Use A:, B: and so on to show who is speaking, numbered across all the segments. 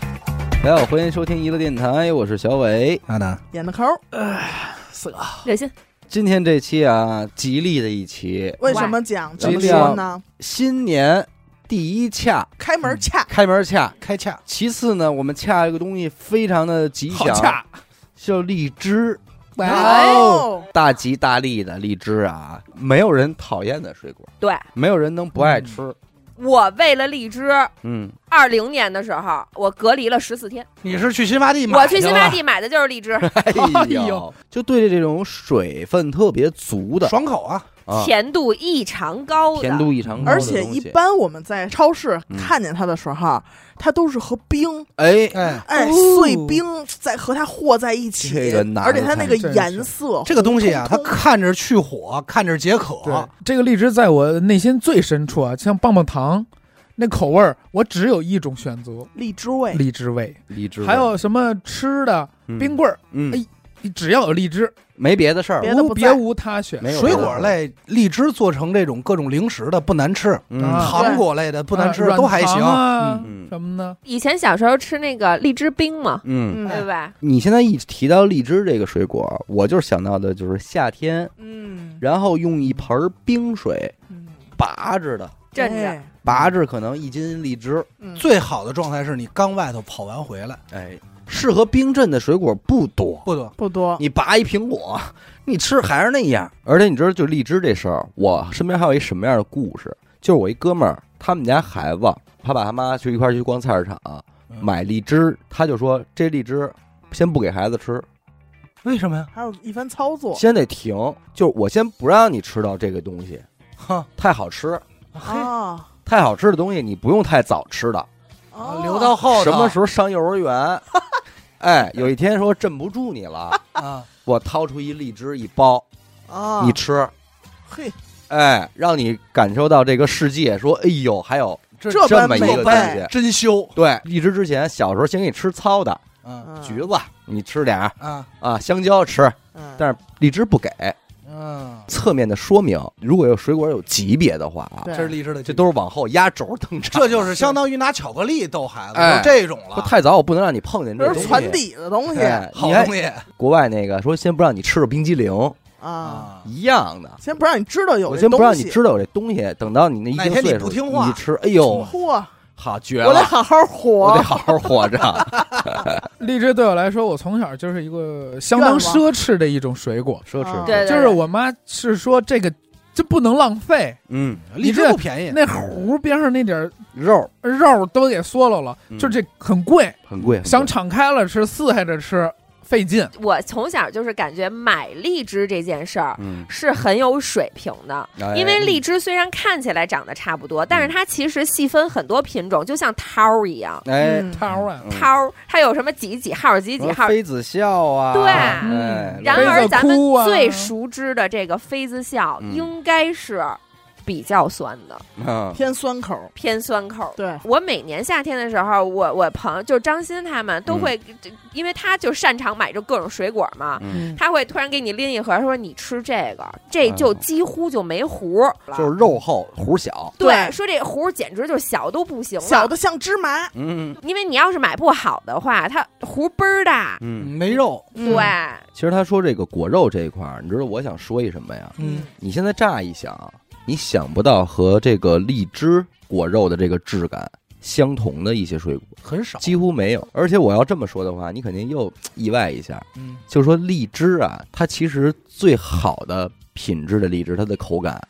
A: 大家好，哎欢迎收听娱乐电台，我是小伟。啊
B: 阿南，
C: 演的抠，
D: 热心
A: 今天这期啊，吉利的一期，
C: 为什么讲这么
A: 尽量
C: 说呢？
A: 新年第一洽，
C: 开门恰，
A: 开门洽。
B: 开洽，
A: 其次呢，我们洽这个东西非常的吉
B: 好
A: 祥，
B: 洽，
A: 叫荔枝，
B: 哇哦，
C: 哦，
A: 大吉大利的荔枝啊，没有人讨厌的水果，
D: 对
A: 没有人能不爱吃。
D: 我为了荔枝，
A: 嗯，
D: 二零年的时候我隔离了十四天，
B: 你是去新发地买
D: 我去新发
B: 了
D: 地买的就是荔枝，
A: 哎
B: 哎
A: 呦
B: 呦，
A: 就对这种水分特别足的
B: 爽口啊，
A: 啊，
D: 甜度异常高
A: 甜
D: 的，
A: 度异常高的
C: 而
A: 东西，
C: 且一般我们在超市
A: 嗯
C: 看见它的时候，它都是和冰，
A: 哎，
B: 哎，
C: 哎，
B: 哦
C: 碎冰在和它和在一起
A: 这个难，
C: 而且它那个
E: 真是
C: 颜色，
B: 这个东西啊，它
C: 红彤彤
B: 看着去火，看着解渴
E: 对，，这个荔枝在我内心最深处啊，像棒棒糖那口味儿，我只有一种选择，
C: 哎荔枝味，
E: 荔枝味。
A: 荔枝味
E: 还有什么吃的
A: 嗯
E: 冰棍儿，
A: 嗯
E: 哎你只要有荔枝，
A: 没别的事儿
C: 别，的
E: 无
C: 不在
E: 别无他选。
A: 没有
B: 水果类荔枝做成这种各种零食的不难吃，
A: 嗯
E: 啊
B: 糖果类的不难吃
E: 啊
B: 都还
E: 软
B: 行
E: 糖，啊
A: 嗯嗯
E: 什么呢？
D: 以前小时候吃那个荔枝冰嘛，
A: 嗯，
C: 嗯
D: 对吧？
A: 你现在一提到荔枝这个水果，我就想到的就是夏天，
C: 嗯，
A: 然后用一盆儿冰水
C: 嗯
A: 拔着的，
D: 镇着，
C: 哎
A: 拔着可能一斤荔枝，
C: 嗯
B: 最好的状态是你刚外头跑完回来，
A: 哎，适合冰镇的水果不多。
B: 不多，
C: 不多，
A: 你拔一苹果，你吃还是那样。而且你知道，就荔枝这事儿，我身边还有一什么样的故事？就是我一哥们儿，他们家孩子，他爸他妈就一块儿去逛菜市场
B: 嗯
A: 买荔枝，他就说这荔枝先不给孩子吃，
B: 为什么呀？
C: 还有一番操作，
A: 先得停，就是我先不让你吃到这个东西，
B: 哼，
A: 太好吃，
B: 嘿，
C: 啊，
A: 太好吃的东西你不用太早吃的，
C: 哦
B: 留到后
A: 什
B: 头
A: 么时候上幼儿 园？哎，有一天说镇不住你了，
B: 啊？
A: 我掏出一荔枝一包，
C: 啊，
A: 你吃，
C: 嘿，
A: 哎，让你感受到这个世界，说哎呦，还有
B: 这
C: 这
A: 这
C: 般
A: 么一
C: 美
A: 个
C: 味
A: 东西。
B: 真修，
A: 对，荔枝之前小时候先给你吃糙的，
B: 嗯
C: 嗯
A: 橘，子你吃点儿
B: 啊
A: 啊，香蕉吃，
C: 嗯
A: 但是荔枝不给。
B: 嗯，
A: 侧面的说明，如果有水果有级别的话啊，
C: 对
B: 这是荔枝的，
A: 这都是往后压轴登场，
B: 这就是相当于拿巧克力逗孩子，
A: 哎
B: 就这种
A: 说
B: 了，
A: 太早，我不能让你碰见这
C: 这
A: 东
C: 是
A: 西。
C: 传底的东西
A: 哎
B: 好
A: 你看
B: 东西
A: 国外那个说先不让你吃着冰激凌
C: 啊，
B: 啊。
A: 一样的，
C: 先不让你知道有
A: 我
C: 这
A: 先不
C: 东
A: 让你
C: 西
A: 知道有这东西，等到你那一
B: 哪
A: 定
B: 天你
A: 岁数，
B: 不听话
A: 你吃，哎呦，
C: 嚯，
A: 好绝
C: 我得
A: 了，
C: 好好
A: 我
C: 活
A: 得，好好活 着，
E: 荔枝对我来说，我从小就是一个相
C: 愿
E: 当
C: 望
E: 奢侈的一种水果，
A: 奢侈，
B: 嗯
C: 啊
D: 对对
E: 就是我妈是说这个这不能浪费，
A: 嗯，
B: 荔枝不便宜，
E: 那核边上那点儿
A: 肉
E: 肉都给嗦了了
A: 嗯，
E: 就这很贵，
A: 很贵，很贵
E: 想敞开了吃，撕开着吃费劲。
D: 我从小就是感觉买荔枝这件事儿
A: 嗯，
D: 是很有水平的。
A: 哎
D: 因为荔枝虽然看起来长得差不多，但是它其实细分很多品种，就像桃儿一样，
A: 哎，
C: 嗯
E: 掏啊，
A: 嗯
D: 桃儿它有什么几几号、几几
A: 什么
D: 号，
A: 妃子笑啊，
D: 对嗯
A: 哎，
D: 然
E: 妃
D: 而
E: 子
D: 咱们
E: 哭啊
D: 最熟知的这个妃子笑，
A: 嗯
D: 应该是比较酸的，
A: 嗯
C: 偏酸口，
D: 偏酸口。
C: 对，
D: 我每年夏天的时候，我我朋友就张欣他们都会，这因为他就擅长买这各种水果嘛，
A: 嗯，
D: 他会突然给你拎一盒，说你吃这个，这就几乎就没核了。
A: 就是肉厚核小，
D: 对，
C: 对
D: 说这核简直就小都不行了。
C: 小的像芝麻，
A: 嗯
D: 因为你要是买不好的话，它核倍儿大。
A: 嗯。
B: 没肉，
C: 嗯
D: 对，
A: 其实他说这个果肉这一块儿，你知道我想说一什么呀？
B: 嗯，
A: 你现在乍一想，你想不到和这个荔枝果肉的这个质感相同的一些水果，
B: 很少。
A: 几乎没有。而且我要这么说的话，你肯定又意外一下，
B: 嗯，
A: 就说荔枝啊，它其实最好的品质的荔枝，它的口感，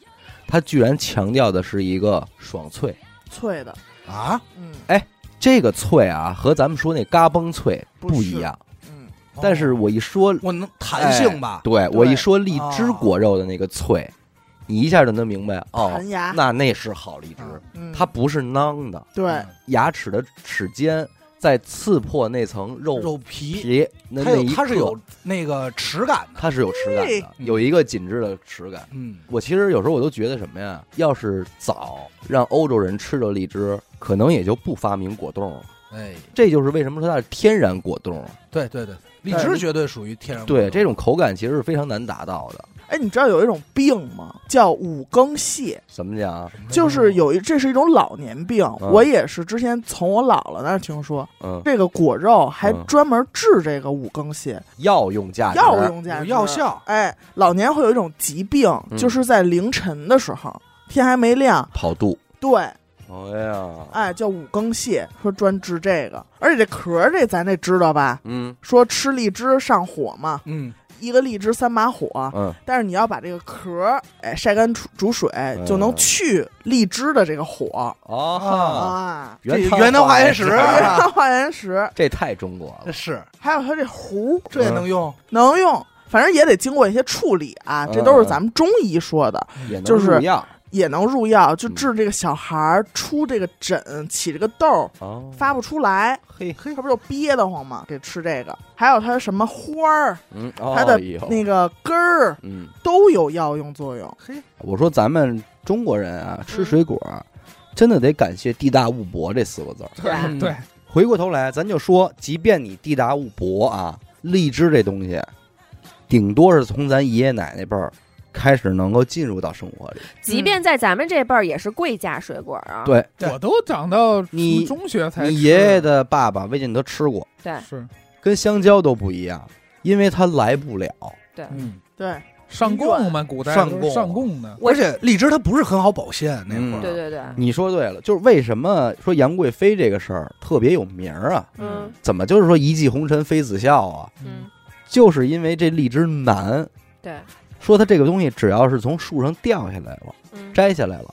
A: 它居然强调的是一个爽脆。
C: 脆的，
B: 啊，
C: 嗯
A: 这个脆啊，和咱们说那嘎嘣脆不一样。
C: 嗯，
A: 但是我一说，
B: 哦我能弹性吧？
A: 对我一说荔枝
B: 哦
A: 果肉的那个脆，你一下就能明白哦，
C: 弹牙，
A: 那那是好荔枝。
C: 嗯
A: 它不是囊的，
C: 对，
B: 嗯
A: 牙齿的齿尖在刺破那层肉
B: 嗯肉皮，
A: 皮，那
B: 它
A: 那
B: 有
A: 一
B: 它是
A: 刻
B: 有那个齿感的。
A: 它是有齿感的，
B: 嗯
A: 有一个紧致的齿感。
B: 嗯，
A: 我其实有时候我都觉得什么呀，要是早让欧洲人吃着荔枝，可能也就不发明果冻了。
B: 哎，
A: 这就是为什么说它是天然果冻。
B: 对对对，荔枝绝对属于天然。
A: 对，这种口感其实是非常难达到的。
C: 哎，你知道有一种病吗？叫五更泻，
A: 怎么讲？啊
C: 就是有一这是一种老年病。我也是之前从我姥姥那儿听说，
A: 嗯，
C: 这个果肉还
A: 嗯哎
C: 专门治这个五更泻，
A: 药用价值，
C: 药用价
B: 有
C: 值
B: 药。效，
C: 哎，老年会有一种疾病，
A: 嗯
C: 就是在凌晨的时候，天还没亮，
A: 跑肚。
C: 对，
A: 哎呀，
C: 哎，叫五更泻，说专治这个。而且这壳儿这咱这知道吧？
A: 嗯
C: 说吃荔枝上火嘛，
B: 嗯，
C: 一个荔枝三把火，
A: 嗯，
C: 但是你要把这个壳儿，哎，晒干煮煮水，就能去荔枝的这个火
A: 哦，
C: 啊。
B: 这
A: 汤
B: 原汤化原食
C: 原
B: 啊
C: 汤化原石，
A: 这太中国了。
B: 是
C: 还有它这核
B: 这也能用，
C: 能用，反正也得经过一些处理啊，这都是咱们中医说的，
A: 也能
C: 就是
A: 入药
C: 也能入药，就治这个小孩儿出这个疹、起这个痘儿
A: 哦，
C: 发不出来，
A: 嘿，
C: 它不就憋得慌吗？给吃这个，还有它什么花儿、
A: 嗯，
C: 它的
A: 哦以后
C: 那个根儿
A: 嗯，
C: 都有药用作用。
B: 嘿，
A: 我说咱们中国人啊，吃水果啊，真的得感谢“地大物博”这四个字儿。
D: 对
B: 嗯
E: 哎对，
A: 回过头来，咱就说，即便你地大物博啊，荔枝这东西，顶多是从咱爷爷奶奶辈儿开始能够进入到生活里。
D: 即便在咱们这辈儿也是贵价水果啊。
A: 对
B: 对
E: 我都长到
A: 你
E: 初中学才吃
A: 你爷爷的爸爸魏晋德吃过，
D: 对
E: 是
A: 跟香蕉都不一样，因为它来不了。
E: 嗯
C: 对，
E: 上供嘛，古代
A: 上
E: 都是
A: 供
E: 上供的，
D: 我
B: 而且荔枝它不是很好保鲜，那
A: 嗯
B: 会儿
D: 对对对，
A: 你说对了，就是为什么说杨贵妃这个事儿特别有名儿啊？
D: 嗯
A: 怎么就是说一骑红尘妃子笑啊？
D: 嗯，
A: 就是因为这荔枝难，
D: 对，
A: 说它这个东西只要是从树上掉下来了，
D: 嗯，
A: 摘下来了，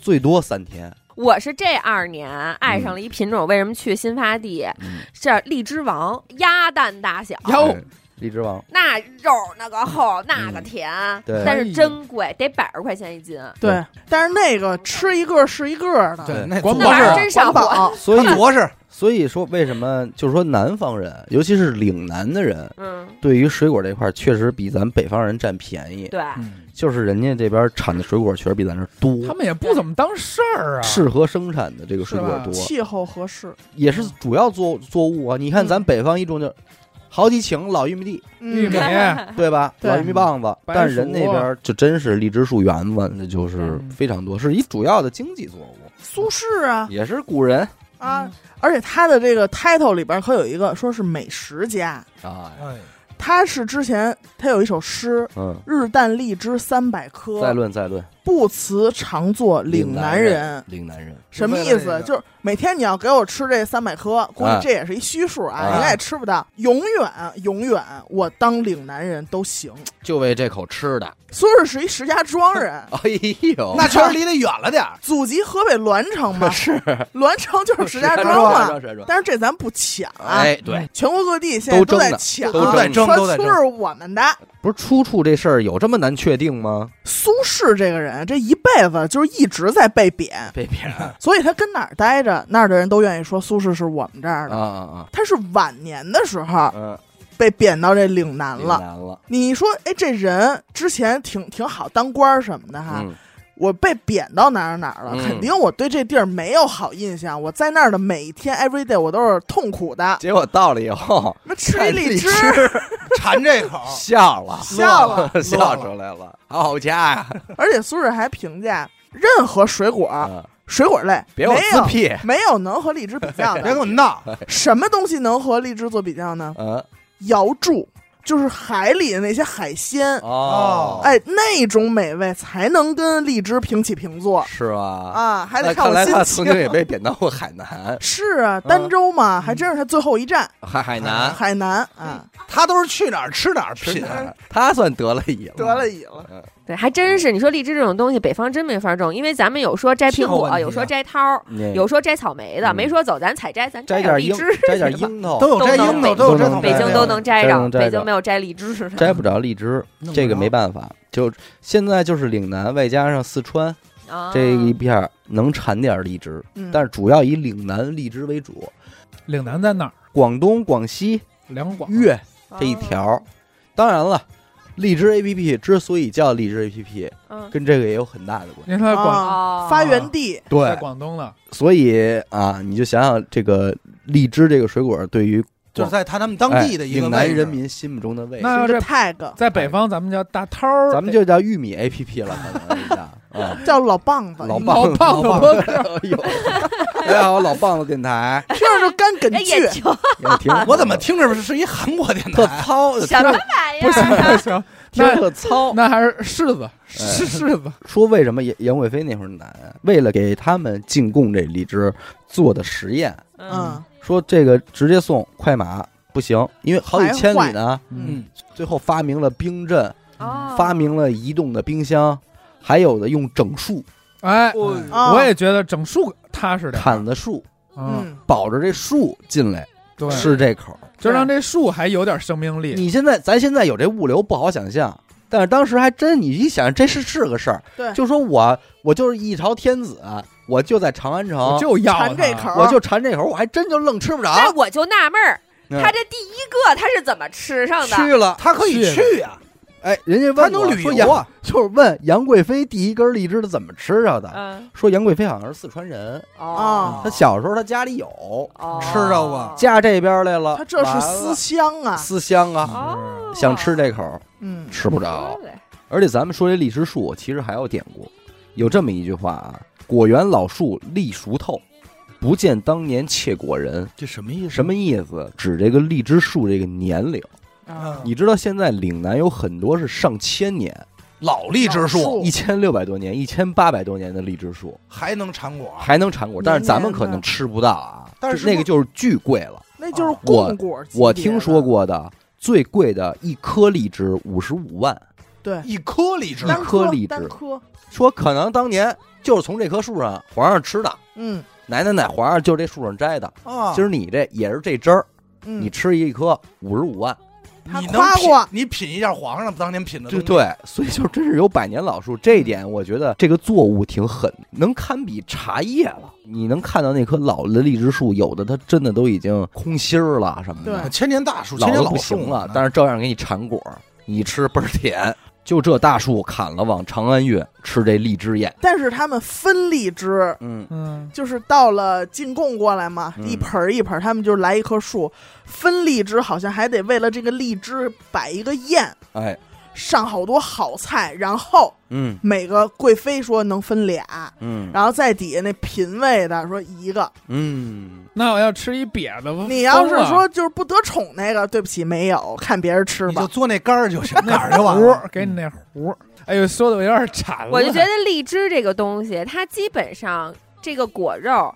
A: 最多三天。
D: 我是这二年爱上了一品种，我为什么去新发地？
A: 嗯，
D: 这荔枝王，鸭蛋大小，
E: 哟
A: 对荔枝王，
D: 那肉那个厚，那个
A: 嗯
D: 甜，
A: 对
D: 但是真贵，得百十块钱一斤。
A: 对
C: 对，但是那个吃一个是一个的，
B: 对，那
E: 管
D: 那玩意
E: 是
D: 儿
E: 啊
D: 真上
C: 管
D: 火，
C: 饱
A: 所以
B: 它 多是
A: 所以说为什么就是说南方人，尤其是岭南的人，
D: 嗯，
A: 对于水果这块儿确实比咱北方人占便宜，
D: 对，
E: 嗯
A: 就是人家这边产的水果确实比咱这儿
E: 他
A: 多，
E: 们也不怎么当事儿啊，
A: 适合生产的这个水果
E: 是吧嗯
A: 多，
C: 气候合适。
A: 也是主要作作物啊。你看咱北方一种就好几顷老玉米地，
E: 玉米
C: 嗯
A: 对吧？
C: 对
A: 老玉米棒子，
E: 白
A: 但是人那
E: 薯
A: 边就真是荔枝树园子，那就是
E: 嗯
A: 非常多，是一主要的经济作物，
C: 苏轼啊
A: 也是古人
C: 啊，而且他的这个 title 里边可有一个说是美食家，
A: 啊，
B: 哎，
C: 他是之前他有一首诗。
A: 嗯，
C: 日啖荔枝三百
A: 再
C: 颗，
A: 论再论，
C: 不辞常作岭南
A: 岭
C: 人。
A: 岭南人，
C: 什么意
B: 明
C: 思
B: 白了这？个
C: 就是每天你要给我吃这三百颗，估计
A: 啊
C: 这也是一虚数啊，
A: 啊
C: 应该也吃不到。永远永远，我当岭南人都行。
A: 就为这口吃的，，
C: 苏轼是一石家庄人
A: 哎呦，
B: 那确实离得远了点儿，
C: 祖籍河北栾城 嘛，
A: 是
C: 栾城就是石家庄
A: 庄
C: 嘛。
A: 石家庄，
C: 但是这咱不抢啊，
A: 哎，对，
C: 全国各地现在
A: 都争
C: 在
A: 呢
C: 抢，
A: 都
B: 在争
C: 说
B: 都在
C: 苏
B: 争
C: 轼我们的。
A: 不是出处这事儿有这么难确定吗？
C: 苏轼这个人，这一辈子就是一直在被贬，
A: 被骗啊
C: 所以他跟哪儿待着，那儿的人都愿意说苏轼是我们这儿的。
A: 啊啊，
C: 他是晚年的时候
A: 嗯，
C: 被贬到这岭南
A: 岭
C: 了。
A: 南了，
C: 你说，哎，这人之前挺挺好，当官儿什么的哈。
A: 嗯，
C: 我被贬到哪儿哪儿了，
A: 嗯
C: 肯定我对这地儿没有好印象。我在那儿的每一天，every day，我都是痛苦的。
A: 结果到了以后，，
C: 什么吃一荔枝，
B: 馋这口
A: 笑了，
C: 笑了
A: 笑出来了，好家呀，
C: 而且苏轼还评价任何水果，
A: 嗯
C: 水果类
A: 别我
C: 没
A: 自
C: 有
A: 辟，
C: 没有能和荔枝比较
B: 别跟我
C: 的。
B: 闹，
C: 什么东西能和荔枝做比较呢？
A: 嗯，
C: 瑶柱，就是海里的那些海鲜，
A: 哦，
C: 哎，那种美味才能跟荔枝平起平坐
A: 是吧？
C: 啊，还
A: 那
C: 得
A: 看来他曾
C: 我心
A: 经
C: 情。
A: 也被贬到过海南，
C: 是啊，儋州嘛，
A: 嗯
C: 还真是他最后一站
A: 海海 南，
C: 海南啊，
B: 他都是去哪儿吃哪儿
A: 是
B: 品，
A: 的，他算得了瘾了，
C: 得了瘾了。
D: 对，还真是。你说荔枝这种东西，北方真没法种，因为咱们有说摘
B: 气
D: 苹
B: 候问
D: 果，
B: 题啊
D: 有说摘桃，
A: 那
D: 有说摘草莓的，
A: 嗯
D: 没说走咱采摘，咱
A: 摘
D: 点
A: 点
D: 荔
A: 樱
D: 枝，，
A: 摘点樱桃，
B: 都有摘
D: 都能
B: 樱桃，
D: 北
B: 有摘草莓
D: 北
B: 的，
D: 京都能摘
A: 摘
D: 着
A: 能，摘
D: 北
A: 着
D: 京没有摘荔枝的。
A: 摘不着荔枝，
B: 弄不着
A: 这个没办法。就现在就是岭南，外加上四川
D: 啊
A: 这一片儿能产点荔枝，
C: 嗯
A: 但是主要以岭南荔枝为主。
E: 岭南在哪儿？
A: 广东、广西、
E: 两广
A: 粤
D: 哦
A: 这一条儿，当然了，荔枝 A P P 之所以叫荔枝 A P P，
D: 嗯
A: 跟这个也有很大的关系。
B: 嗯
E: 您说广哎
C: 啊
D: 哦
C: 发源地
E: 在广东了，
A: 所以啊，你就想想这个荔枝这个水果对于
B: 就是在他他们当地的一个
A: 哎岭
B: 位置
A: 南人。民心目中的位置，
E: 那要
C: 一个
E: 是
C: tag
E: 在北方，咱们叫大涛儿，
A: 咱们就叫玉米 A P P 了，可能一 下啊。
C: 叫老棒子，
A: 老
C: 一
A: 棒
E: 老
A: 子，
E: 棒子
A: 老
E: 播
A: 棒子，哎呦， 大家好，老棒子电台，
C: 听着就干梗
D: 哎
C: 倔
D: 眼。球
A: 也挺好
B: 我怎么听着是一韩国电
A: 特
B: 台？啊
A: 糙，听
D: 什么
A: 着
D: 玩意
E: 不哦行
D: 儿？
E: 哎不 行，
A: 听着
E: 那
A: 特糙。
E: 那还是柿
A: 哎
E: 子是柿子，
A: 说为什么杨杨贵妃那会儿难？为了给他们进贡这荔枝做的实验，
C: 嗯，
A: 说这个直接送快马不行，因为好几千里呢。
E: 嗯，
B: 嗯，
A: 最后发明了冰镇，
D: 哦，
A: 发明了移动的冰箱，还有的用整树
E: 哎，
B: 哦
C: 啊
E: 我也觉得整树踏实点儿，
A: 砍的树，
E: 嗯，
C: 嗯，
A: 保着这树进来
E: 对，
A: 吃这口。
E: 就让这树还有点生命力。
A: 你现在咱现在有这物流不好想象，但是当时还真你一想这是是个事儿，
C: 对
A: 就说我我就是一朝天子，我就在长安城，
E: 我就要
C: 馋这
E: 它
C: 口儿，
A: 我就馋这口，我还真就愣吃不着，
D: 那我就纳闷儿，
A: 嗯
D: 他这第一个他是怎么吃上的？
A: 去了。
B: 他可以去啊，
A: 哎，人家
B: 他
A: 问
B: 能
A: 我
B: 旅
A: 说
B: 游
A: 杨，
B: 啊，
A: 就是问杨贵妃第一根荔枝是怎么吃着的。
D: 嗯，
A: 说杨贵妃好像是四川人，
D: 哦，
A: 她小时候她家里有，
D: 哦
B: 吃着过
A: 嫁这边来了，
C: 他这
A: 完
C: 是
A: 了
C: 思乡啊，
A: 思乡啊，
D: 哦，
A: 想吃这口
C: 嗯，
A: 吃不着。而且咱们说这荔枝树，其实还有典故，有这么一句话啊：“果园老树栗熟透，不见当年窃果人。
B: 这什么意”思？
A: 什么意思？指这个荔枝树这个年龄。
C: 啊
A: 你知道现在岭南有很多是上千年，
B: 老荔枝
C: 老
B: 树
C: 树
A: 一千六百多年、一千八百多年的荔枝树
B: 还能产果？
A: 还能产果，但是咱们可
C: 年年
A: 能
C: 的
A: 吃不到啊。
B: 但是
A: 就那个就是巨贵了，
C: 那就是
A: 我
C: 供果级别的。
A: 我听说过的最贵的一颗荔枝五十五万，
B: 一颗荔枝
A: 一
C: 单
A: 颗
C: 科
A: 荔枝
C: 单科，
A: 说可能当年就是从这棵树上皇上吃的，
C: 嗯
A: 奶奶奶皇上就这树上摘的。
B: 啊
A: 今，儿你这也是这汁儿，
C: 嗯，
A: 你吃一颗五十五万，
C: 他
B: 你能
C: 夸
B: 品
C: 过
B: 你品一下皇上当年品的东
A: 对
C: 嗯
B: 西，
A: 对，所以就真是有百年老树，这一点我觉得这个作物挺狠，能堪比茶叶了。你能看到那棵老的荔枝树，有的它真的都已经空心儿了什么的
C: 对，
B: 啊千年大树，
A: 老啊
B: 千年
A: 的
B: 老
A: 不
B: 树
A: 行了，
B: 是
A: 但是照样给你产果，你吃倍儿甜。就这大树砍了往长安运，吃这荔枝宴。
C: 但是他们分荔枝，
A: 嗯，
E: 嗯，
C: 就是到了进贡过来嘛，
A: 嗯
C: 一盆儿一盆儿，他们就来一棵树，分荔枝好像还得为了这个荔枝摆一个宴，
A: 哎，
C: 上好多好菜，然后
A: 嗯
C: 每个贵妃说能分俩，
A: 嗯
C: 然后在底下那嫔位的说一个，
A: 嗯，
E: 那我要吃一瘪的，
C: 你要是
E: 疯了
C: 说就是不得宠那个，对不起，没有，看别人吃
B: 你就
C: 吧。
B: 做那杆儿就行，杆儿
E: 那
B: 就完
E: 壶
B: 了
E: 儿。给你那壶儿，哎呦，说的我有点馋了。
D: 我就觉得荔枝这个东西，它基本上这个果肉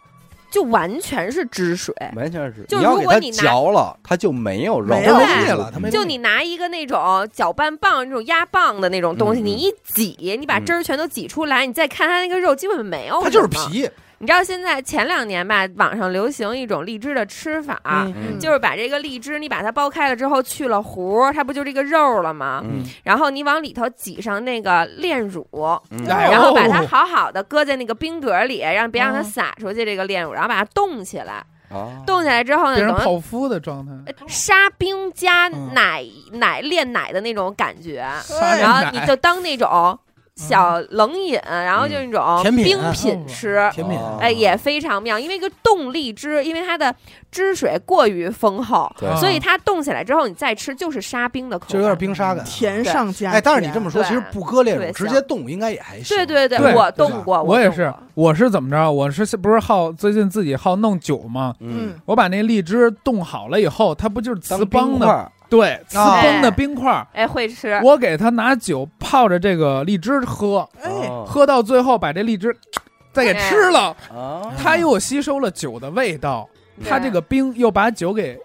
D: 就完全是汁水。
A: 完全是。
D: 就
A: 你要
D: 如
A: 给
D: 果
A: 它
D: 你拿
A: 嚼了，它就没有肉，
C: 没有
B: 东西了它
A: 嗯
B: 没
D: 就你拿一个那种搅拌棒、那种压棒的那种东西，
A: 嗯
D: 你一挤，你把
A: 嗯
D: 汁儿全都挤出来，你再看它那个肉，基本没有。
B: 它就是。皮，
D: 你知道现在前两年吧，网上流行一种荔枝的吃法，
B: 啊
A: 嗯
D: 就是把这个荔枝你把它剥开了之后去了核儿，它不就这个肉了吗？
A: 嗯
D: 然后你往里头挤上那个炼乳，
B: 哦
A: 嗯
E: 哎呦
D: 然后把它好好的搁在那个冰格里，让别让
B: 嗯
D: 它洒出去这个炼乳，然后把它冻起来，
A: 啊
D: 冻起来之后呢，
E: 变成
D: 等于
E: 泡芙的状态，
D: 呃沙冰加
B: 嗯
D: 奶奶炼奶的那种感觉，
E: 撒点
D: 然后你
E: 奶
D: 就当那种小冷饮，然后就那种
B: 嗯甜品啊
D: 冰
B: 嗯
D: 品吃。
B: 甜品。
A: 哦
D: 哎，也非常妙，因为一个冻荔枝，因为它的汁水过于丰厚，
A: 对
E: 啊
D: 所以它冻起来之后，你再吃就是沙冰的口感，
B: 就有点冰沙感。
C: 甜上加甜，
B: 哎，但是你这么说，
D: 嗯对
B: 其实不搁炼
D: 特别
B: 乳，
D: 香
B: 直接冻应该也还行。
D: 对对
E: 对
D: 我
B: 对
D: 冻过，
E: 我也
D: 冻
E: 是
D: 过，
E: 我是怎么着？我是不是好最近自己好弄酒嘛？
A: 嗯
C: 嗯，
E: 我把那荔枝冻好了以后，它不就是
A: 当
E: 糍粑
A: 冰
E: 的
A: 块儿啊
E: 对，糍粑的
D: 哎
E: 冰块儿，
D: 哎，会吃，
E: 我给它拿酒泡着这个荔枝喝，
C: 哎，
A: 哦
E: 喝到最后把这荔枝
D: 哎
E: 再给吃了，
A: 啊
E: 它又吸收了酒的味道，它这个冰又把酒给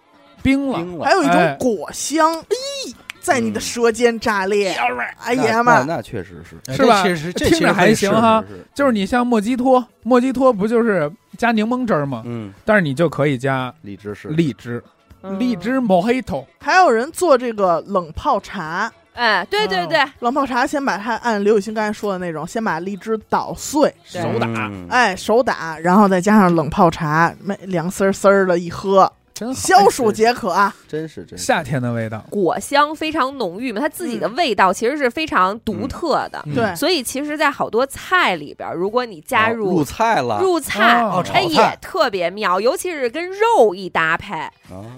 E: 冰了。
A: 冰了
C: 还有一
E: 哎
C: 种果香，哎，在你的
B: 嗯
C: 舌尖炸裂，哎
A: 那
C: 呀
A: 那
C: 妈，
A: 那确实是，
B: 哎
E: 是吧
B: 这其实这
E: 听着还行啊哈
A: 确实是
E: 就是你像莫吉托，莫吉托不就是加柠檬汁儿吗？
A: 嗯，
E: 但是你就可以加
A: 荔枝是
E: 荔枝，
D: 嗯
E: 荔枝 Mojito，
C: 还有人做这个冷泡茶，
D: 哎，对
E: 嗯
D: 对对，
C: 冷泡茶先把它按刘雨欣刚才说的那种，先把荔枝捣碎，
D: 对
E: 手打，
A: 嗯哦
C: 哎，手打，然后再加上冷泡茶，那凉丝丝儿的一喝，
E: 真好，
C: 消暑解渴啊！
A: 真是真是
E: 夏天的味道。
D: 果香非常浓郁嘛，它自己的味道其实是非常独特的。
A: 哎
E: 嗯
C: 对，
D: 所以其实，在好多菜里边儿，如果你加
A: 哦
D: 入
A: 入菜了，
D: 入菜，
E: 哦
D: 哎
B: 炒
D: 也
B: 菜
D: 特别妙，尤其是跟肉一搭配，
A: 啊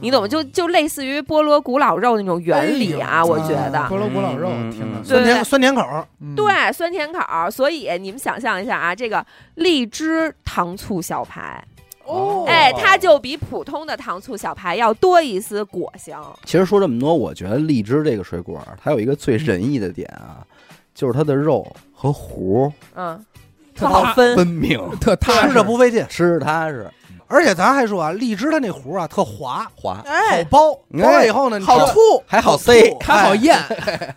D: 你懂吗？就就类似于菠萝古老肉那种原理啊，
E: 嗯哎呦
D: 我觉
E: 啊
D: 得。
E: 菠萝古老肉
A: 嗯，
E: 天哪
A: 嗯！
D: 对
B: 酸
D: 对
B: 甜酸甜口儿，
E: 嗯，
D: 对，酸甜口儿，所以你们想象一下啊，这个荔枝糖醋小排，
A: 哦
D: 哎，它就比普通的糖醋小排要多一丝果香。
A: 其实说这么多，我觉得荔枝这个水果，它有一个最仁义的点啊，就是它的肉和核
D: 嗯，
E: 特
D: 好
E: 踏
D: 分，
A: 分 明，
E: 特踏
B: 吃
E: 实
B: 着不费劲。
A: 吃着踏实
B: 而且咱还说啊，荔枝它那核啊特滑，
A: 滑，
B: 好
C: 哎，
B: 剥，剥
A: 哎
B: 了以后呢，你
A: 好
B: 吃
A: 吐
C: 吐，
A: 还好塞，
B: 吐
E: 它好
B: 哎
E: 咽，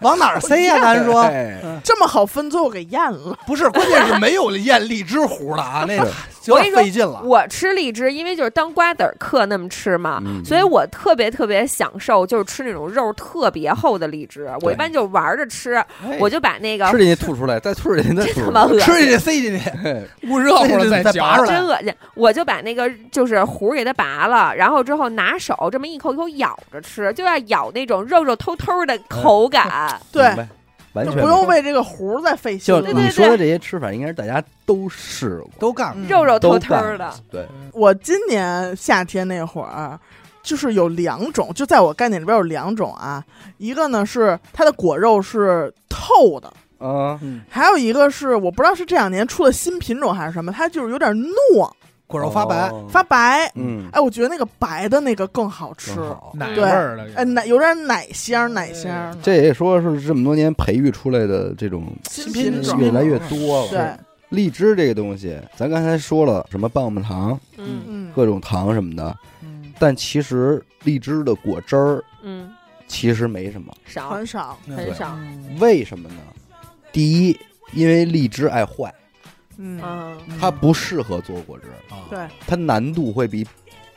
B: 往哪儿塞呀？咱说
A: 哎
C: 这么好分，最后给咽
A: 嗯
C: 了。
B: 不是，关键是没有咽荔枝核的啊，那
A: 是
B: 有点费劲了。
D: 我吃荔枝，因为就是当瓜子儿嗑那么吃嘛，
A: 嗯
D: 所以我特别特别享受，就是吃那种肉特别厚的荔枝。我一般就玩着吃，
A: 哎
D: 我就把那个
A: 吃进去吐出来，再吐进去再吐
D: 他
A: 出
D: 妈
A: 来，
D: 恶
B: 吃进
D: 心，
B: 去塞进去，
A: 哎
E: 捂热乎了
B: 再拔
E: 嚼
B: 出。来
D: 真恶心！我就把那个就是核给它拔了，然后之后拿手这么一口一口咬着吃，就要咬那种肉肉偷偷
A: 哎
D: 的口感。
C: 对
A: 明，白完
C: 就
A: 全
C: 不用为这个核再费心
A: 就
D: 对
C: 了。
A: 你说的这些吃法，应该是大家都试过，
B: 都干过。
C: 嗯
D: 肉肉偷偷
A: 干
D: 的
A: 过，对，
C: 我今年夏天那会儿，啊就是有两种，就在我概念里边有两种啊，一个呢是它的果肉是透的，
A: 嗯，
C: 还有一个是我不知道是这两年出了新品种还是什么，它就是有点糯
B: 果肉发白，
A: 哦
C: 发，白。
A: 嗯，
C: 哎，我觉得那个白的那个更好吃
A: 真，好
E: 奶味
C: 对
E: 儿了，
C: 哎，奶有点奶香奶香。
A: 这也说是这么多年培育出来的这种
C: 新
B: 品种
A: 越来越多了。
C: 对，
A: 荔枝这个东西，咱刚才说了什么棒棒糖、
D: 嗯
C: 嗯，
A: 各种糖什么的，
E: 嗯
A: 但其实荔枝的果汁儿
D: 嗯，
A: 其实没什么。
D: 少
C: 很少，
B: 啊
D: 很少，
E: 嗯
A: 为什么呢？第一，因为荔枝爱坏，
C: 嗯，
D: 嗯
A: 它不适合做果汁，
C: 对，
A: 它难度会比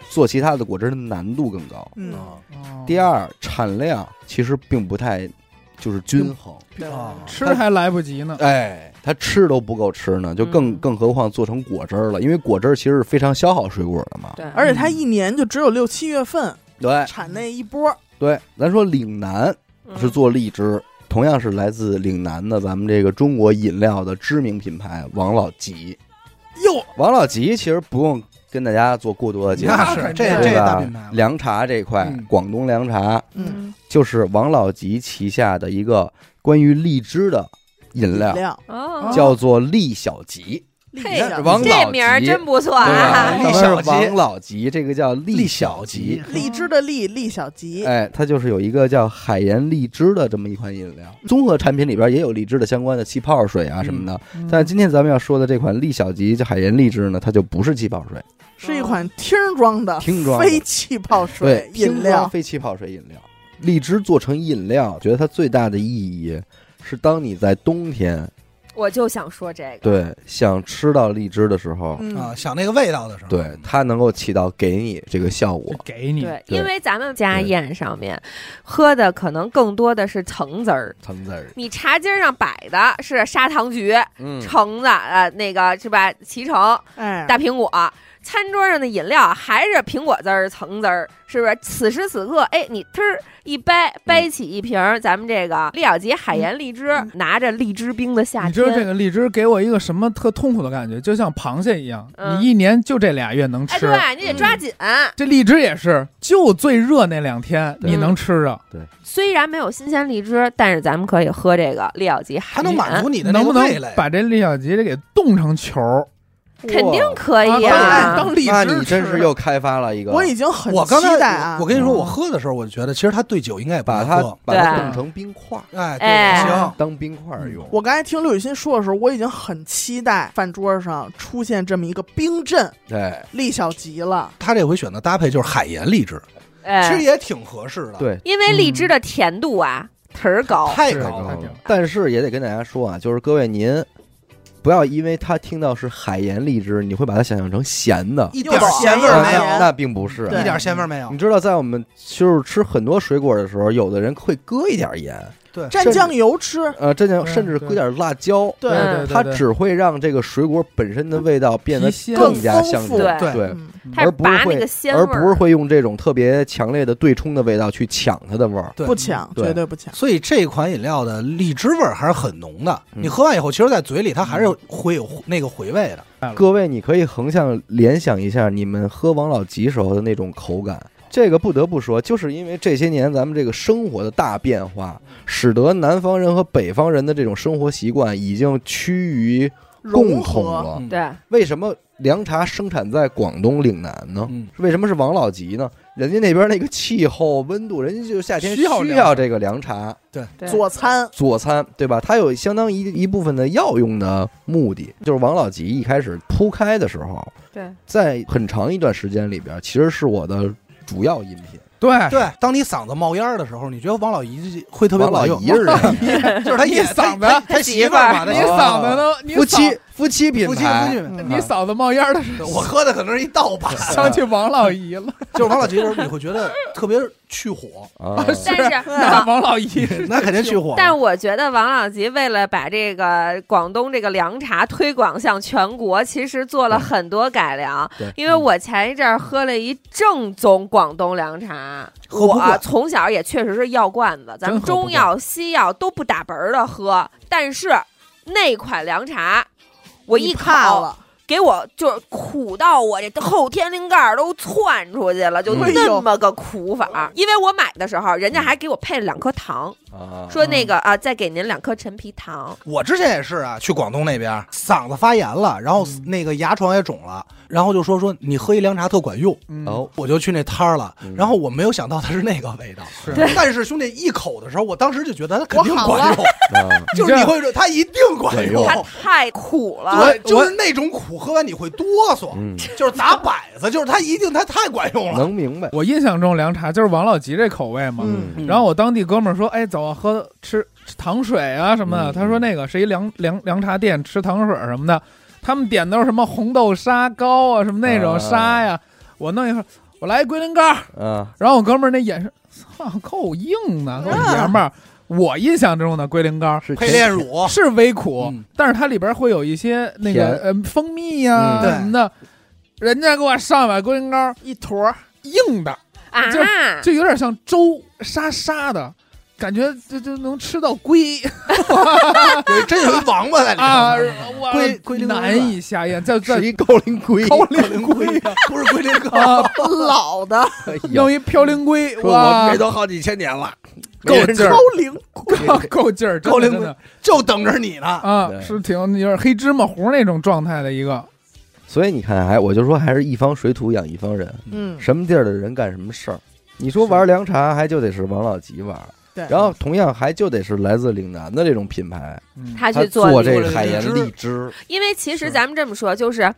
A: 做其他的果汁的难度更高。
C: 嗯，
E: 哦
A: 第二，产量其实并不太就是均衡，
C: 对
B: 啊
E: 吃还来不及呢，
A: 哎，它吃都不够吃呢，就更
D: 嗯
A: 更何况做成果汁儿了，因为果汁儿其实是非常消耗水果的嘛。
D: 对，
C: 而且它一年就只有六七月份
A: 对
C: 产那一波，
A: 对，咱说岭南
D: 嗯
B: 嗯
A: 是做荔枝，同样是来自岭南的咱们这个中国饮料的知名品牌王老吉。
B: 哟，
A: 王老吉其实不用跟大家做过多的介
B: 那
A: 绍，
B: 是
E: 嗯
B: 这
E: 对
B: 这
A: 对
B: 大
A: 吧
B: 品牌了？
A: 凉茶这块，
E: 嗯
A: 广东凉茶
C: 嗯，
D: 嗯
A: 就是王老吉旗下的一个关于荔枝的饮料，
C: 量
D: 哦，
A: 叫做荔小吉。
C: 立
D: 嘿
C: 小
A: 王
C: 吉
A: 老
D: 哎这名儿
A: 吉
D: 真不错
A: 对
D: 啊
A: 吧，
B: 啊，
A: 咱们
B: 小
A: 是
B: 吉
A: 王老吉，这个叫荔
B: 栗
A: 小
B: 小
A: 吉
B: 吉。
C: 荔枝的荔，荔小吉，
A: 哎，它就是有一个叫海盐荔枝的这么一款饮料，综合产品里边也有荔枝的相关的气泡水啊什么的。
E: 嗯
A: 但今天咱们要说的这款栗小吉，就海盐荔枝呢，它就不是气泡水，
C: 是一款听装的
A: 听装的
C: 非气泡水
A: 对，
C: 饮
A: 瓶
C: 料
A: 装，非气泡水饮料。荔枝做成饮料，觉得它最大的意义是，当你在冬天
D: 我就想说这个，
A: 对想吃到荔枝的时候，
B: 啊，
C: 嗯，
B: 想那个味道的时候，
A: 对它能够起到给你这个效果
E: 就。给你
D: 对，
A: 对
D: 因为咱们家宴上面喝的可能更多的是橙子儿。
A: 橙子儿，
D: 你茶几上摆的是砂糖橘、
A: 嗯
D: 橙子，呃，那个是吧？脐橙、
C: 哎，
D: 大苹果，餐桌上的饮料还是苹果汁儿、橙汁儿，是不是？此时此刻，哎，你嘚儿一掰，掰起一瓶儿咱们这个利小吉海盐荔枝，
C: 嗯
D: 拿着荔枝冰的夏
E: 你知道这
D: 天，
E: 个荔枝给我一个什么特痛苦的感觉，就像螃蟹一样，
D: 嗯
E: 你一年就这俩月能
D: 哎，
E: 吃。
D: 对你得抓
C: 嗯
D: 紧。
E: 这荔枝也是，就最热那两天
A: 对
E: 你能吃啊着，
D: 虽然没有新鲜荔枝，但是咱们可以喝这个利小吉海
B: 还
D: 盐，
B: 能满足你的那
E: 能
B: 个
E: 不
B: 味
E: 能
B: 蕾。
E: 把这栗小吉这给冻成球儿？
D: 肯定可以
E: 啊
D: 啊。
E: 当荔
A: 那
E: 枝
A: 你真
E: 吃
A: 是又开发了一个，
C: 我已经很
B: 我
C: 期
B: 刚才
C: 待啊
B: 我，跟你说，我喝的时候，我就觉得其实它兑酒应该也不
A: 把
B: 能
A: 它
B: 喝
A: 把它
D: 对
A: 冻成冰块儿，
B: 哎，
D: 哎
B: 对，行，
A: 当冰块儿用。
C: 我刚才听刘雨欣说的时候，我已经很期待饭桌上出现这么一个冰镇
A: 对
C: 栗小吉了，
B: 他这回选的搭配就是海盐荔枝，其
D: 哎
B: 实也挺合适的。，
A: 对，
D: 因为荔枝的甜度啊，忒儿高。
B: 太
E: 是
B: 高
E: 太
B: 了
E: 高。了
A: 但是也得跟大家说啊，就是各位您不要因为他听到是海盐荔枝，你会把它想象成咸的，
B: 一点儿咸味儿没
C: 又
A: 那
C: 咸
B: 有，
A: 那并不是啊。
C: 对
B: 一点儿咸味儿没有
A: 你。知道，在我们就是吃很多水果的时候，有的人会搁一点盐，
E: 对
C: 蘸
A: 甚至
C: 酱油吃，
A: 呃，这就
E: 嗯
A: 甚至
E: 对
A: 搁点辣椒，
D: 嗯
C: 对
E: 对对对
A: 它
E: 对
A: 只会让这个水果本身的味道变得
E: 提鲜
A: 更加像
C: 更丰富
A: 人
D: 对
A: 对，
C: 嗯
D: 它是
A: 而不是
D: 拔那
A: 会
D: 个鲜味
A: 而不是
D: 儿，
A: 会用这种特别强烈的对冲的味道去抢它的味儿。
E: 对
C: 不抢，
A: 对
C: 绝对不抢。
B: 所以这款饮料的荔枝味儿还是很浓的，
A: 嗯
B: 你喝完以后，其实，在嘴里它还是有会有那个回味的。
A: 各位，你可以横向联想一下你们喝王老吉时候的那种口感。这个不得不说，就是因为这些年咱们这个生活的大变化，使得南方人和北方人的这种生活习惯已经趋于共
C: 融
A: 同
C: 合，
A: 了。
D: 对，
A: 为什么凉茶生产在广东岭南呢？
B: 嗯，
A: 为什么是王老吉呢？人家那边那个气候、温度，人家就夏天
E: 需要凉
A: 要这个凉茶
D: 对
C: 佐餐
A: 佐餐，对吧？它有相当一一部分的药用的目的。就是王老吉一开始铺开的时候，
D: 对
A: 在很长一段时间里边，其实是我的主要饮品。
E: 对，
B: 对，当你嗓子冒烟儿的时候，你觉得王老姨会特别
A: 王老
B: 管用
A: 姨是这样
B: 就是他
E: 你
B: 也
E: 嗓子
B: 他他媳妇儿嘛，
E: 你
A: 媳妇
B: 他
A: 儿
E: 嗓子都你
A: 夫
E: 嗓
A: 妻夫妻品
B: 夫妻夫
A: 牌，
B: 妻们
C: 嗯
E: 你嗓子冒烟的时
B: 我喝的可能是一盗版，
E: 候，想起王老姨了。
B: 就是王老吉的时候，你会觉得特别去火，
A: 啊
D: 但是
E: 那
D: 王，
E: 王老姨是
B: 那肯定去火。
D: 但我觉得王老吉为了把这个广东这个凉茶推广向全国，其实做了很多改良
A: 对。
D: 因为我前一阵儿喝了一正宗广东凉茶，
B: 喝不
D: 我
B: 惯
D: 从小也确实是药罐子，咱们
E: 真喝不
D: 中药、西药都不打嗝的喝，但是那款凉茶。我一
C: 你
D: 口
C: 怕了，
D: 给我就是苦到我这后天灵盖儿都窜出去了，就
A: 嗯
C: 哎
D: 那么个苦法
C: 哦
D: 儿。因为我买的时候，人家还给我配了两颗糖，
A: 啊
D: 说那个啊，再给您两颗陈皮糖。
B: 我之前也是啊，去广东那边嗓子发炎了，然后那个牙床也肿了，然后就说说你喝一凉茶特管用，
A: 哦，
B: 我就去那摊儿了
A: 嗯，
B: 然后我没有想到它是那个味道，
E: 是
D: 对
B: 但是兄弟一口的时候，我当时就觉得它肯定
C: 我好
B: 管用，
A: 啊
B: 就是你会说它一定管用，
D: 它太苦了，
B: 对，就是那种苦，喝完你会哆嗦，
A: 嗯，
B: 就是砸摆子，就是它一定它太管用了。
A: 能明白。
E: 我印象中凉茶就是王老吉这口味嘛。
C: 嗯
A: 嗯
E: 然后我当地哥们儿说：“哎，走啊，喝吃吃糖水啊什么的。
A: 嗯
E: 他说：“那个是一凉凉凉茶店，吃糖水什么的。他们点都是什么红豆沙糕啊，什么那种沙呀。我弄一份，我来一龟苓膏。
A: 啊，
E: 然后我哥们儿那眼神，操，够硬的，够爷们儿。我印象中的龟苓膏
A: 是
B: 配
A: 甜
B: 炼乳，
E: 是微苦，
B: 哦嗯
E: 但是它里边会有一些那
A: 甜
E: 个呃蜂蜜呀、
A: 嗯
B: 对
E: 什么的。人家给我上碗龟苓膏，
C: 一坨儿
E: 硬的，
D: 啊，
E: 就就有点像粥沙沙的。感觉就就能吃到龟
B: 有真有一王八在里
E: 啊！
B: 头，
E: 我
B: 哎龟龟苓膏
E: 难以下咽，在 在
A: 是一高龄龟，
E: 高
B: 龟苓龟不是龟苓膏，
E: 啊，
C: 老的
A: 哎呦
E: 弄一飘零龟，
A: 说我
E: 哇
A: 们这，都好几千年了，
E: 够
A: 没人
E: 劲儿
C: 高龄
E: 够够劲儿，真
B: 高
E: 的
B: 龄
E: 真
B: 龟
E: 的
B: 就等着你呢。
E: 啊，
A: 对
E: 是挺有点黑芝麻糊那种状态的一个，
A: 所以你看，哎，我就说还是一方水土养一方人，
C: 嗯，
A: 什么地儿的人干什么事儿。你说玩凉茶，还就得是王老吉玩，
C: 对，
B: 哎
A: 然后同样还就得是来自岭南的这种品牌，
E: 嗯
D: 他
A: 他
D: 去做
A: 做
D: 荔
A: 这
D: 枝
A: 个海盐
B: 荔枝
A: 荔枝，
D: 因为其实
E: 是
D: 咱们这么说，就是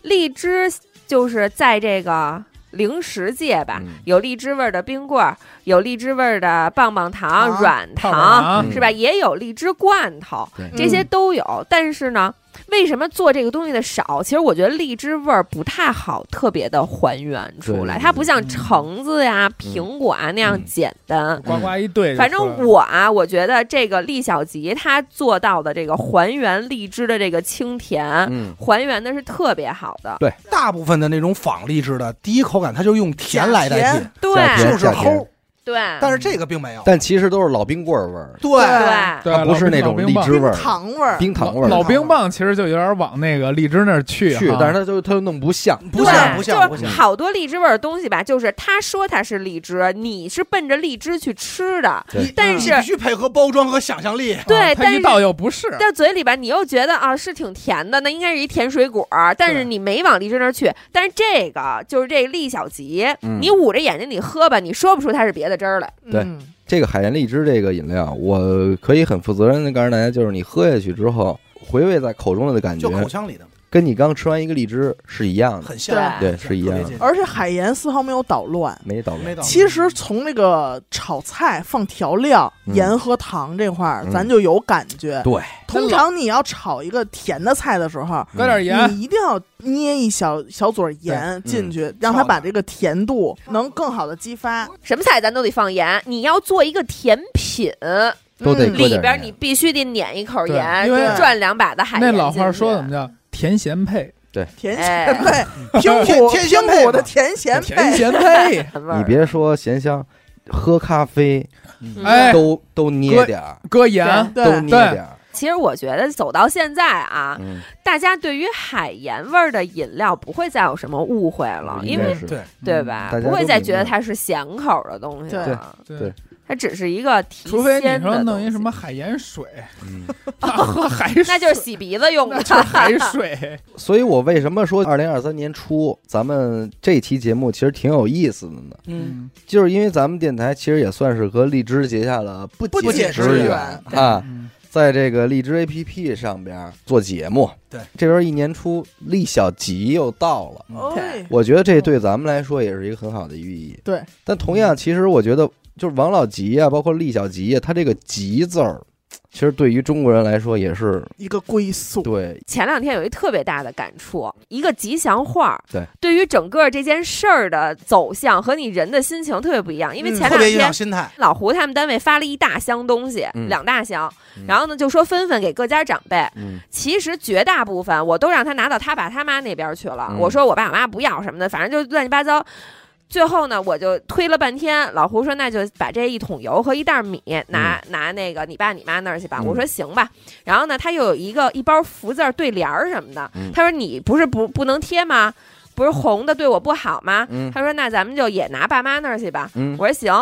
D: 荔枝就是在这个零食界吧，
A: 嗯
D: 有荔枝味儿的冰棍儿，有荔枝味儿的棒棒糖、
C: 糖
D: 软
E: 泡
D: 糖，
E: 泡啊
A: 嗯
D: 是吧？也有荔枝罐头，
A: 对
D: 这些都有。但是呢，为什么做这个东西的少？其实我觉得荔枝味儿不太好，特别的还原出来，
A: 对
D: 它不像
E: 嗯
D: 橙子呀、苹果啊那样
A: 嗯
D: 简单。
E: 呱呱一对就出
D: 反
E: 来了。
D: 正我啊，我觉得这个厉小吉他做到的这个还原荔枝的这个清甜，
A: 嗯，
D: 还原的是特别好的。
B: 大部分的那种仿荔枝的第一口感，它就是用甜来代替，
D: 对
A: 夏天
B: 就是齁，
D: 对
B: 但是这个并没有。
A: 但其实都是老冰棍儿味儿，
B: 对，
D: 对
E: 对啊
A: 它不是那种荔枝味
C: 冰
A: 儿，
C: 糖味儿，
A: 冰糖味儿
E: 老
A: 的啊
E: 冰棒其实就有点往那个荔枝那儿去啊哈，
A: 去，但是它就它又弄不像，
B: 不
D: 对
B: 像不像不
D: 就是
B: 像，
D: 好多荔枝味儿的东西吧，就是他说它是荔枝，你是奔着荔枝去吃的，
A: 对
D: 但是
B: 你必须配合包装和想象力。
D: 对，
E: 啊它
D: 但
E: 一
D: 是。嗯
E: 倒又不是，
D: 在嘴里边，你又觉得啊是挺甜的，那应该是一甜水果儿，但是
E: 对
D: 你没往荔枝那儿去。但是这个就是这栗小吉，
A: 嗯
D: 你捂着眼睛你喝吧，你说不出它是别的汁儿来。
A: 对
C: 嗯，
A: 这个海盐荔枝这个饮料，我可以很负责任的告诉大家，就是你喝下去之后，回味在口中的感觉
B: 就，口腔里的
A: 跟你刚吃完一个荔枝是一样的，
B: 很像，
A: 对
B: 很像
A: 是一样的
B: 特别接近
C: 而且海盐丝毫没有捣乱。
A: 没倒
B: 没
A: 霉。
B: 到
C: 其实从那个炒菜放调料、
A: 嗯
C: 盐和糖这块儿
A: 嗯，
C: 咱就有感觉。
A: 对，
C: 通常你要炒一个甜的菜的时候，
E: 搁点盐，
D: 嗯
C: 你一定要捏一小小撮盐进去，让它把这个甜度能更好的激发。
D: 什么菜咱都得放盐，你要做一个甜品，
A: 都得
D: 嗯里
A: 搁点
D: 边儿
A: 盐
D: 你必须得碾一口
E: 对
D: 盐，
E: 因为
D: 转两把的海
E: 那
D: 盐。
E: 老话说怎么？叫甜咸配？
C: 甜
D: 哎
C: 咸配，平谷
B: 天仙配
C: 平谷
B: 嘛
C: 的甜咸
E: 甜
C: 配，
E: 咸 配，
A: 你别说咸香，喝咖啡
D: 嗯
E: 哎，
A: 都都捏点儿，
E: 搁盐，
A: 都
C: 对
A: 捏点儿。
D: 其实我觉得走到现在啊，
A: 嗯，
D: 大家对于海盐味儿的饮料不会再有什么误会了，因为
A: 应该是
B: 对
D: 对吧？
A: 大家
D: 不会
A: 都
D: 再
A: 明
D: 觉得
A: 白
D: 它是咸口儿的东西
C: 对
D: 了，
E: 对
A: 对，
D: 它只是一个提
E: 除非
D: 鲜
E: 你说
D: 的
E: 弄
D: 东
E: 一什
D: 西哦
E: 么海 盐水，
A: 嗯
E: 喝海水，
D: 那就是洗鼻子 用的。
E: 海 水，
A: 所以我为什么说二零二三年初咱们这期节目其实挺有意思的呢？
B: 嗯，
A: 就是因为咱们电台其实也算是和荔枝结下了不
B: 不
A: 解
B: 解
A: 之
B: 之
A: 缘
C: 缘对
A: 啊，
E: 嗯
A: 在这个荔枝 APP 上边做节目。
B: 对，
A: 这边一年初，立小吉又到了，
C: 哎
A: 我觉得这对咱们来说也是一个很好的寓意。
C: 对，
A: 但同样，其实我觉得就是王老吉啊，包括立小吉啊，他这个“吉”字儿，其实对于中国人来说也是
C: 一个归宿。
A: 对
D: 前两天有一特别大的感触，一个吉祥话，
A: 对，
D: 对于整个这件事儿的走向和你人的心情特别不一样，因为
C: 嗯
D: 前
B: 特
D: 两
B: 别影
D: 天
B: 响心态。
D: 老胡他们单位发了一大箱东西，
A: 嗯
D: 两大箱
A: 嗯，
D: 然后呢就说分分给各家长辈。
A: 嗯
D: 其实绝大部分我都让他拿到他爸他妈那边去了，
A: 嗯
D: 我说我爸我妈不要什么的，反正就乱七八糟。最后呢，我就推了半天，老胡说那就把这一桶油和一袋米拿、拿那个你爸你妈那儿去吧。
A: 嗯
D: 我说行吧。然后呢，他又有一个一包福字儿对联儿什么的，
A: 嗯
D: 他说你不是不不能贴吗？不是红的对我不好吗？
A: 嗯
D: 他说那咱们就也拿爸妈那儿去吧。
A: 嗯，
D: 我说行。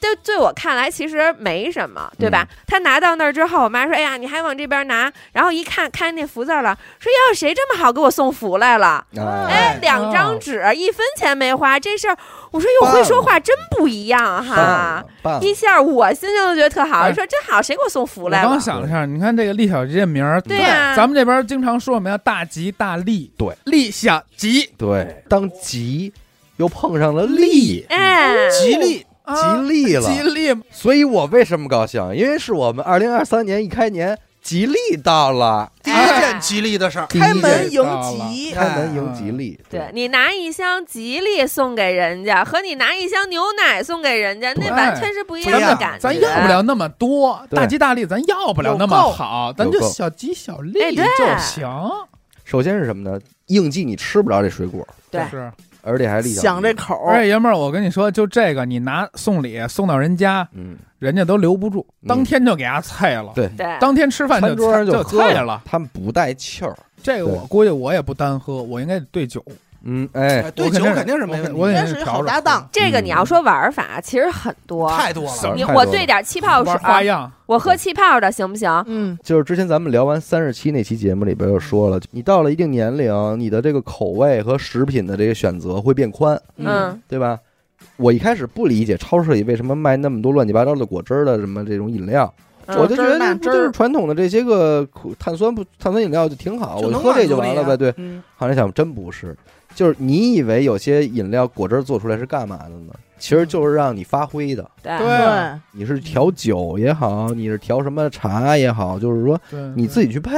D: 对，对我看来其实没什么，对吧？
E: 嗯
D: 他拿到那儿之后，我妈说：“哎呀，你还往这边拿。”然后一看，看见那福字儿了，说：“哟，谁这么好给我送福来了？”
A: 哎，
D: 哎，两
E: 哦
D: 张纸，一分钱没花，这事儿，我说哟，
A: 棒
D: 会
E: 啊
D: 说话真不一样哈！
A: 棒了，
D: 啊一下我心情就觉得特好，
E: 哎
D: 说真好，谁给我送福
E: 我
D: 来了
E: 刚？想了一下，你看这个立小吉这名儿，
D: 对呀
E: 咱们这边经常说什么呀？大吉大利，
A: 对，
E: 立小吉，
A: 对，当吉又碰上了利，
D: 哎，
B: 吉利，
E: 啊
A: 吉利了
E: 吉。利，
A: 所以我为什么高兴？因为是我们二零二三年一开年，吉利到了，
B: 第一件吉利的事儿，
A: 第一
C: 开
A: 件
C: 门迎吉，
A: 开门迎吉利，
D: 对你拿一箱吉利送给人家，和你拿一箱牛奶送给人家，那
E: 对
D: 完全是不一
B: 不
D: 样
B: 一
D: 的
B: 样
D: 感觉。
E: 咱要不了那么多，
A: 对
E: 大吉大利，咱要不了那么好，咱就小吉小
D: 哎
E: 利
D: 对
E: 就行，
A: 首先是什么呢？应季你吃不着这水果，
D: 对
E: 就是。
A: 而且还立小
C: 想
A: 吉
C: 这，口儿，
E: 而且爷们儿，我跟你说，就这个，你拿送礼送到人家，
A: 嗯，
E: 人家都留不住，
A: 嗯
E: 当天就给他菜了，
A: 对
D: 对，
E: 当天吃饭就
A: 餐桌
E: 菜
A: 上
E: 就
A: 喝
E: 菜了。
A: 他们不带气儿，
E: 这个
A: 对
E: 我估计我也不单喝，我应该得兑酒，
A: 嗯，哎，
B: 哎对
E: 我肯
B: 酒
E: 定
B: 肯定是没问
E: 我
B: 题，
C: 应
E: 肯定
C: 该
E: 是
C: 是一
E: 调
C: 好
E: 着
C: 搭档。
D: 这个你要说玩法，其实很多。
B: 太多
A: 小
B: 了。
D: 你
A: 太
D: 我
A: 多
D: 兑
A: 了
D: 点气泡水
E: 玩，花样，
D: 我喝气泡的行不行？
C: 嗯，
A: 就是之前咱们聊完三十七那期节目里边就说了，你到了一定年龄，你的这个口味和食品的这个选择会变宽，
D: 嗯，
A: 对吧？我一开始不理解超市里为什么卖那么多乱七八糟的果汁儿的什么这种饮料，
D: 嗯
A: 我就觉得这
C: 汁儿那
A: 不就
C: 汁儿
A: 是传统的这些个苦碳酸不碳酸饮料就挺好，我
B: 能
A: 喝
B: 满
A: 这
B: 足
A: 就完
B: 你
A: 了呗。
B: 啊
A: 对，
B: 嗯
A: 后来想真不是，就是你以为有些饮料果汁儿做出来是干嘛的呢？其实就是让你发挥的，
E: 对
D: 对，
E: 啊
C: 对，
A: 你是调酒也好，你是调什么茶也好，就是说
E: 对
A: 你自
E: 己
A: 己去配。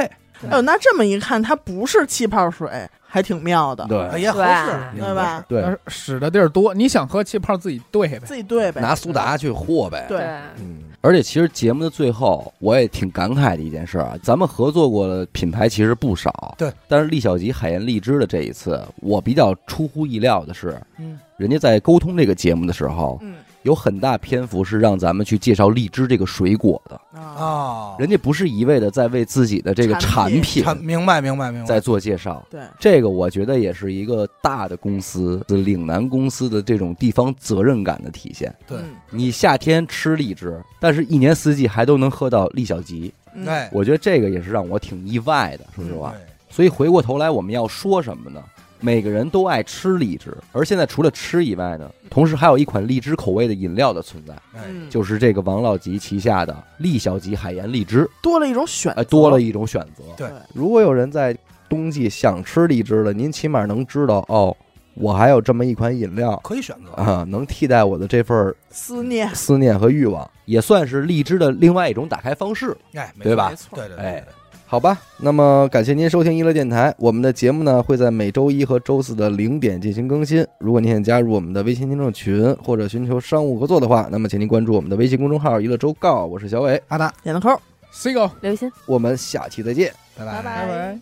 C: 哎呦，那这么一看，它不是气泡水，还挺妙的，
B: 哎
A: 对
B: 也合适，
C: 对吧？
A: 对，
E: 使的地儿多，你想喝气泡自己兑呗。
C: 自己对呗，
F: 拿苏打去和呗。
C: 对
A: 嗯，
F: 而且其实节目的最后，我也挺感慨的一件事儿啊，咱们合作过的品牌其实不少，
B: 对。
F: 但是利小吉、海盐荔枝的这一次，我比较出乎意料的是，
B: 嗯，
F: 人家在沟通这个节目的时候，
C: 嗯
F: 有很大篇幅是让咱们去介绍荔枝这个水果的，
C: 啊，
B: 啊，
F: 人家不是一味的在为自己的这个
C: 产
F: 产
C: 品
F: 品
B: 产明白明白明
F: 在
B: 白，
F: 做介绍。
C: 对，
F: 这个我觉得也是一个大的公司，岭南公司的这种地方责任感的体现。
B: 对
C: 嗯
F: 你夏天吃荔枝，但是一年四季还都能喝到利小吉，
C: 嗯
B: 哎，
F: 我觉得这个也是让我挺意外的，说实话。
D: 嗯
B: 对
F: 所以回过头来，我们要说什么呢？每个人都爱吃荔枝，而现在除了吃以外呢，同时还有一款荔枝口味的饮料的存在，
B: 哎，
C: 嗯，
F: 就是这个王老吉旗下的利小吉海盐荔枝，
C: 多了一种选
F: 哎，多了一种选择。
A: 如果有人在冬季想吃荔枝了，您起码能知道哦，我还有这么一款饮料
B: 可以选择，
A: 啊，能替代我的这份儿
C: 思念，
A: 思念和欲望。
F: 也算是荔枝的另外一种打开方式。
B: 哎，没
F: 对吧
B: 错没错对对对
F: 哎，
A: 好吧，那么感谢您收听娱乐电台，我们的节目呢会在每周一和周四的零点进行更新。如果您想加入我们的微信听众群或者寻求商务合作的话，那么请您关注我们的微信公众号“娱乐周告”，我是小伟，
B: 阿达，
C: 点个扣，
E: C 狗，
D: 刘鑫，
A: 我们下期再见。
F: 哎
B: 拜
D: 拜
E: 拜拜。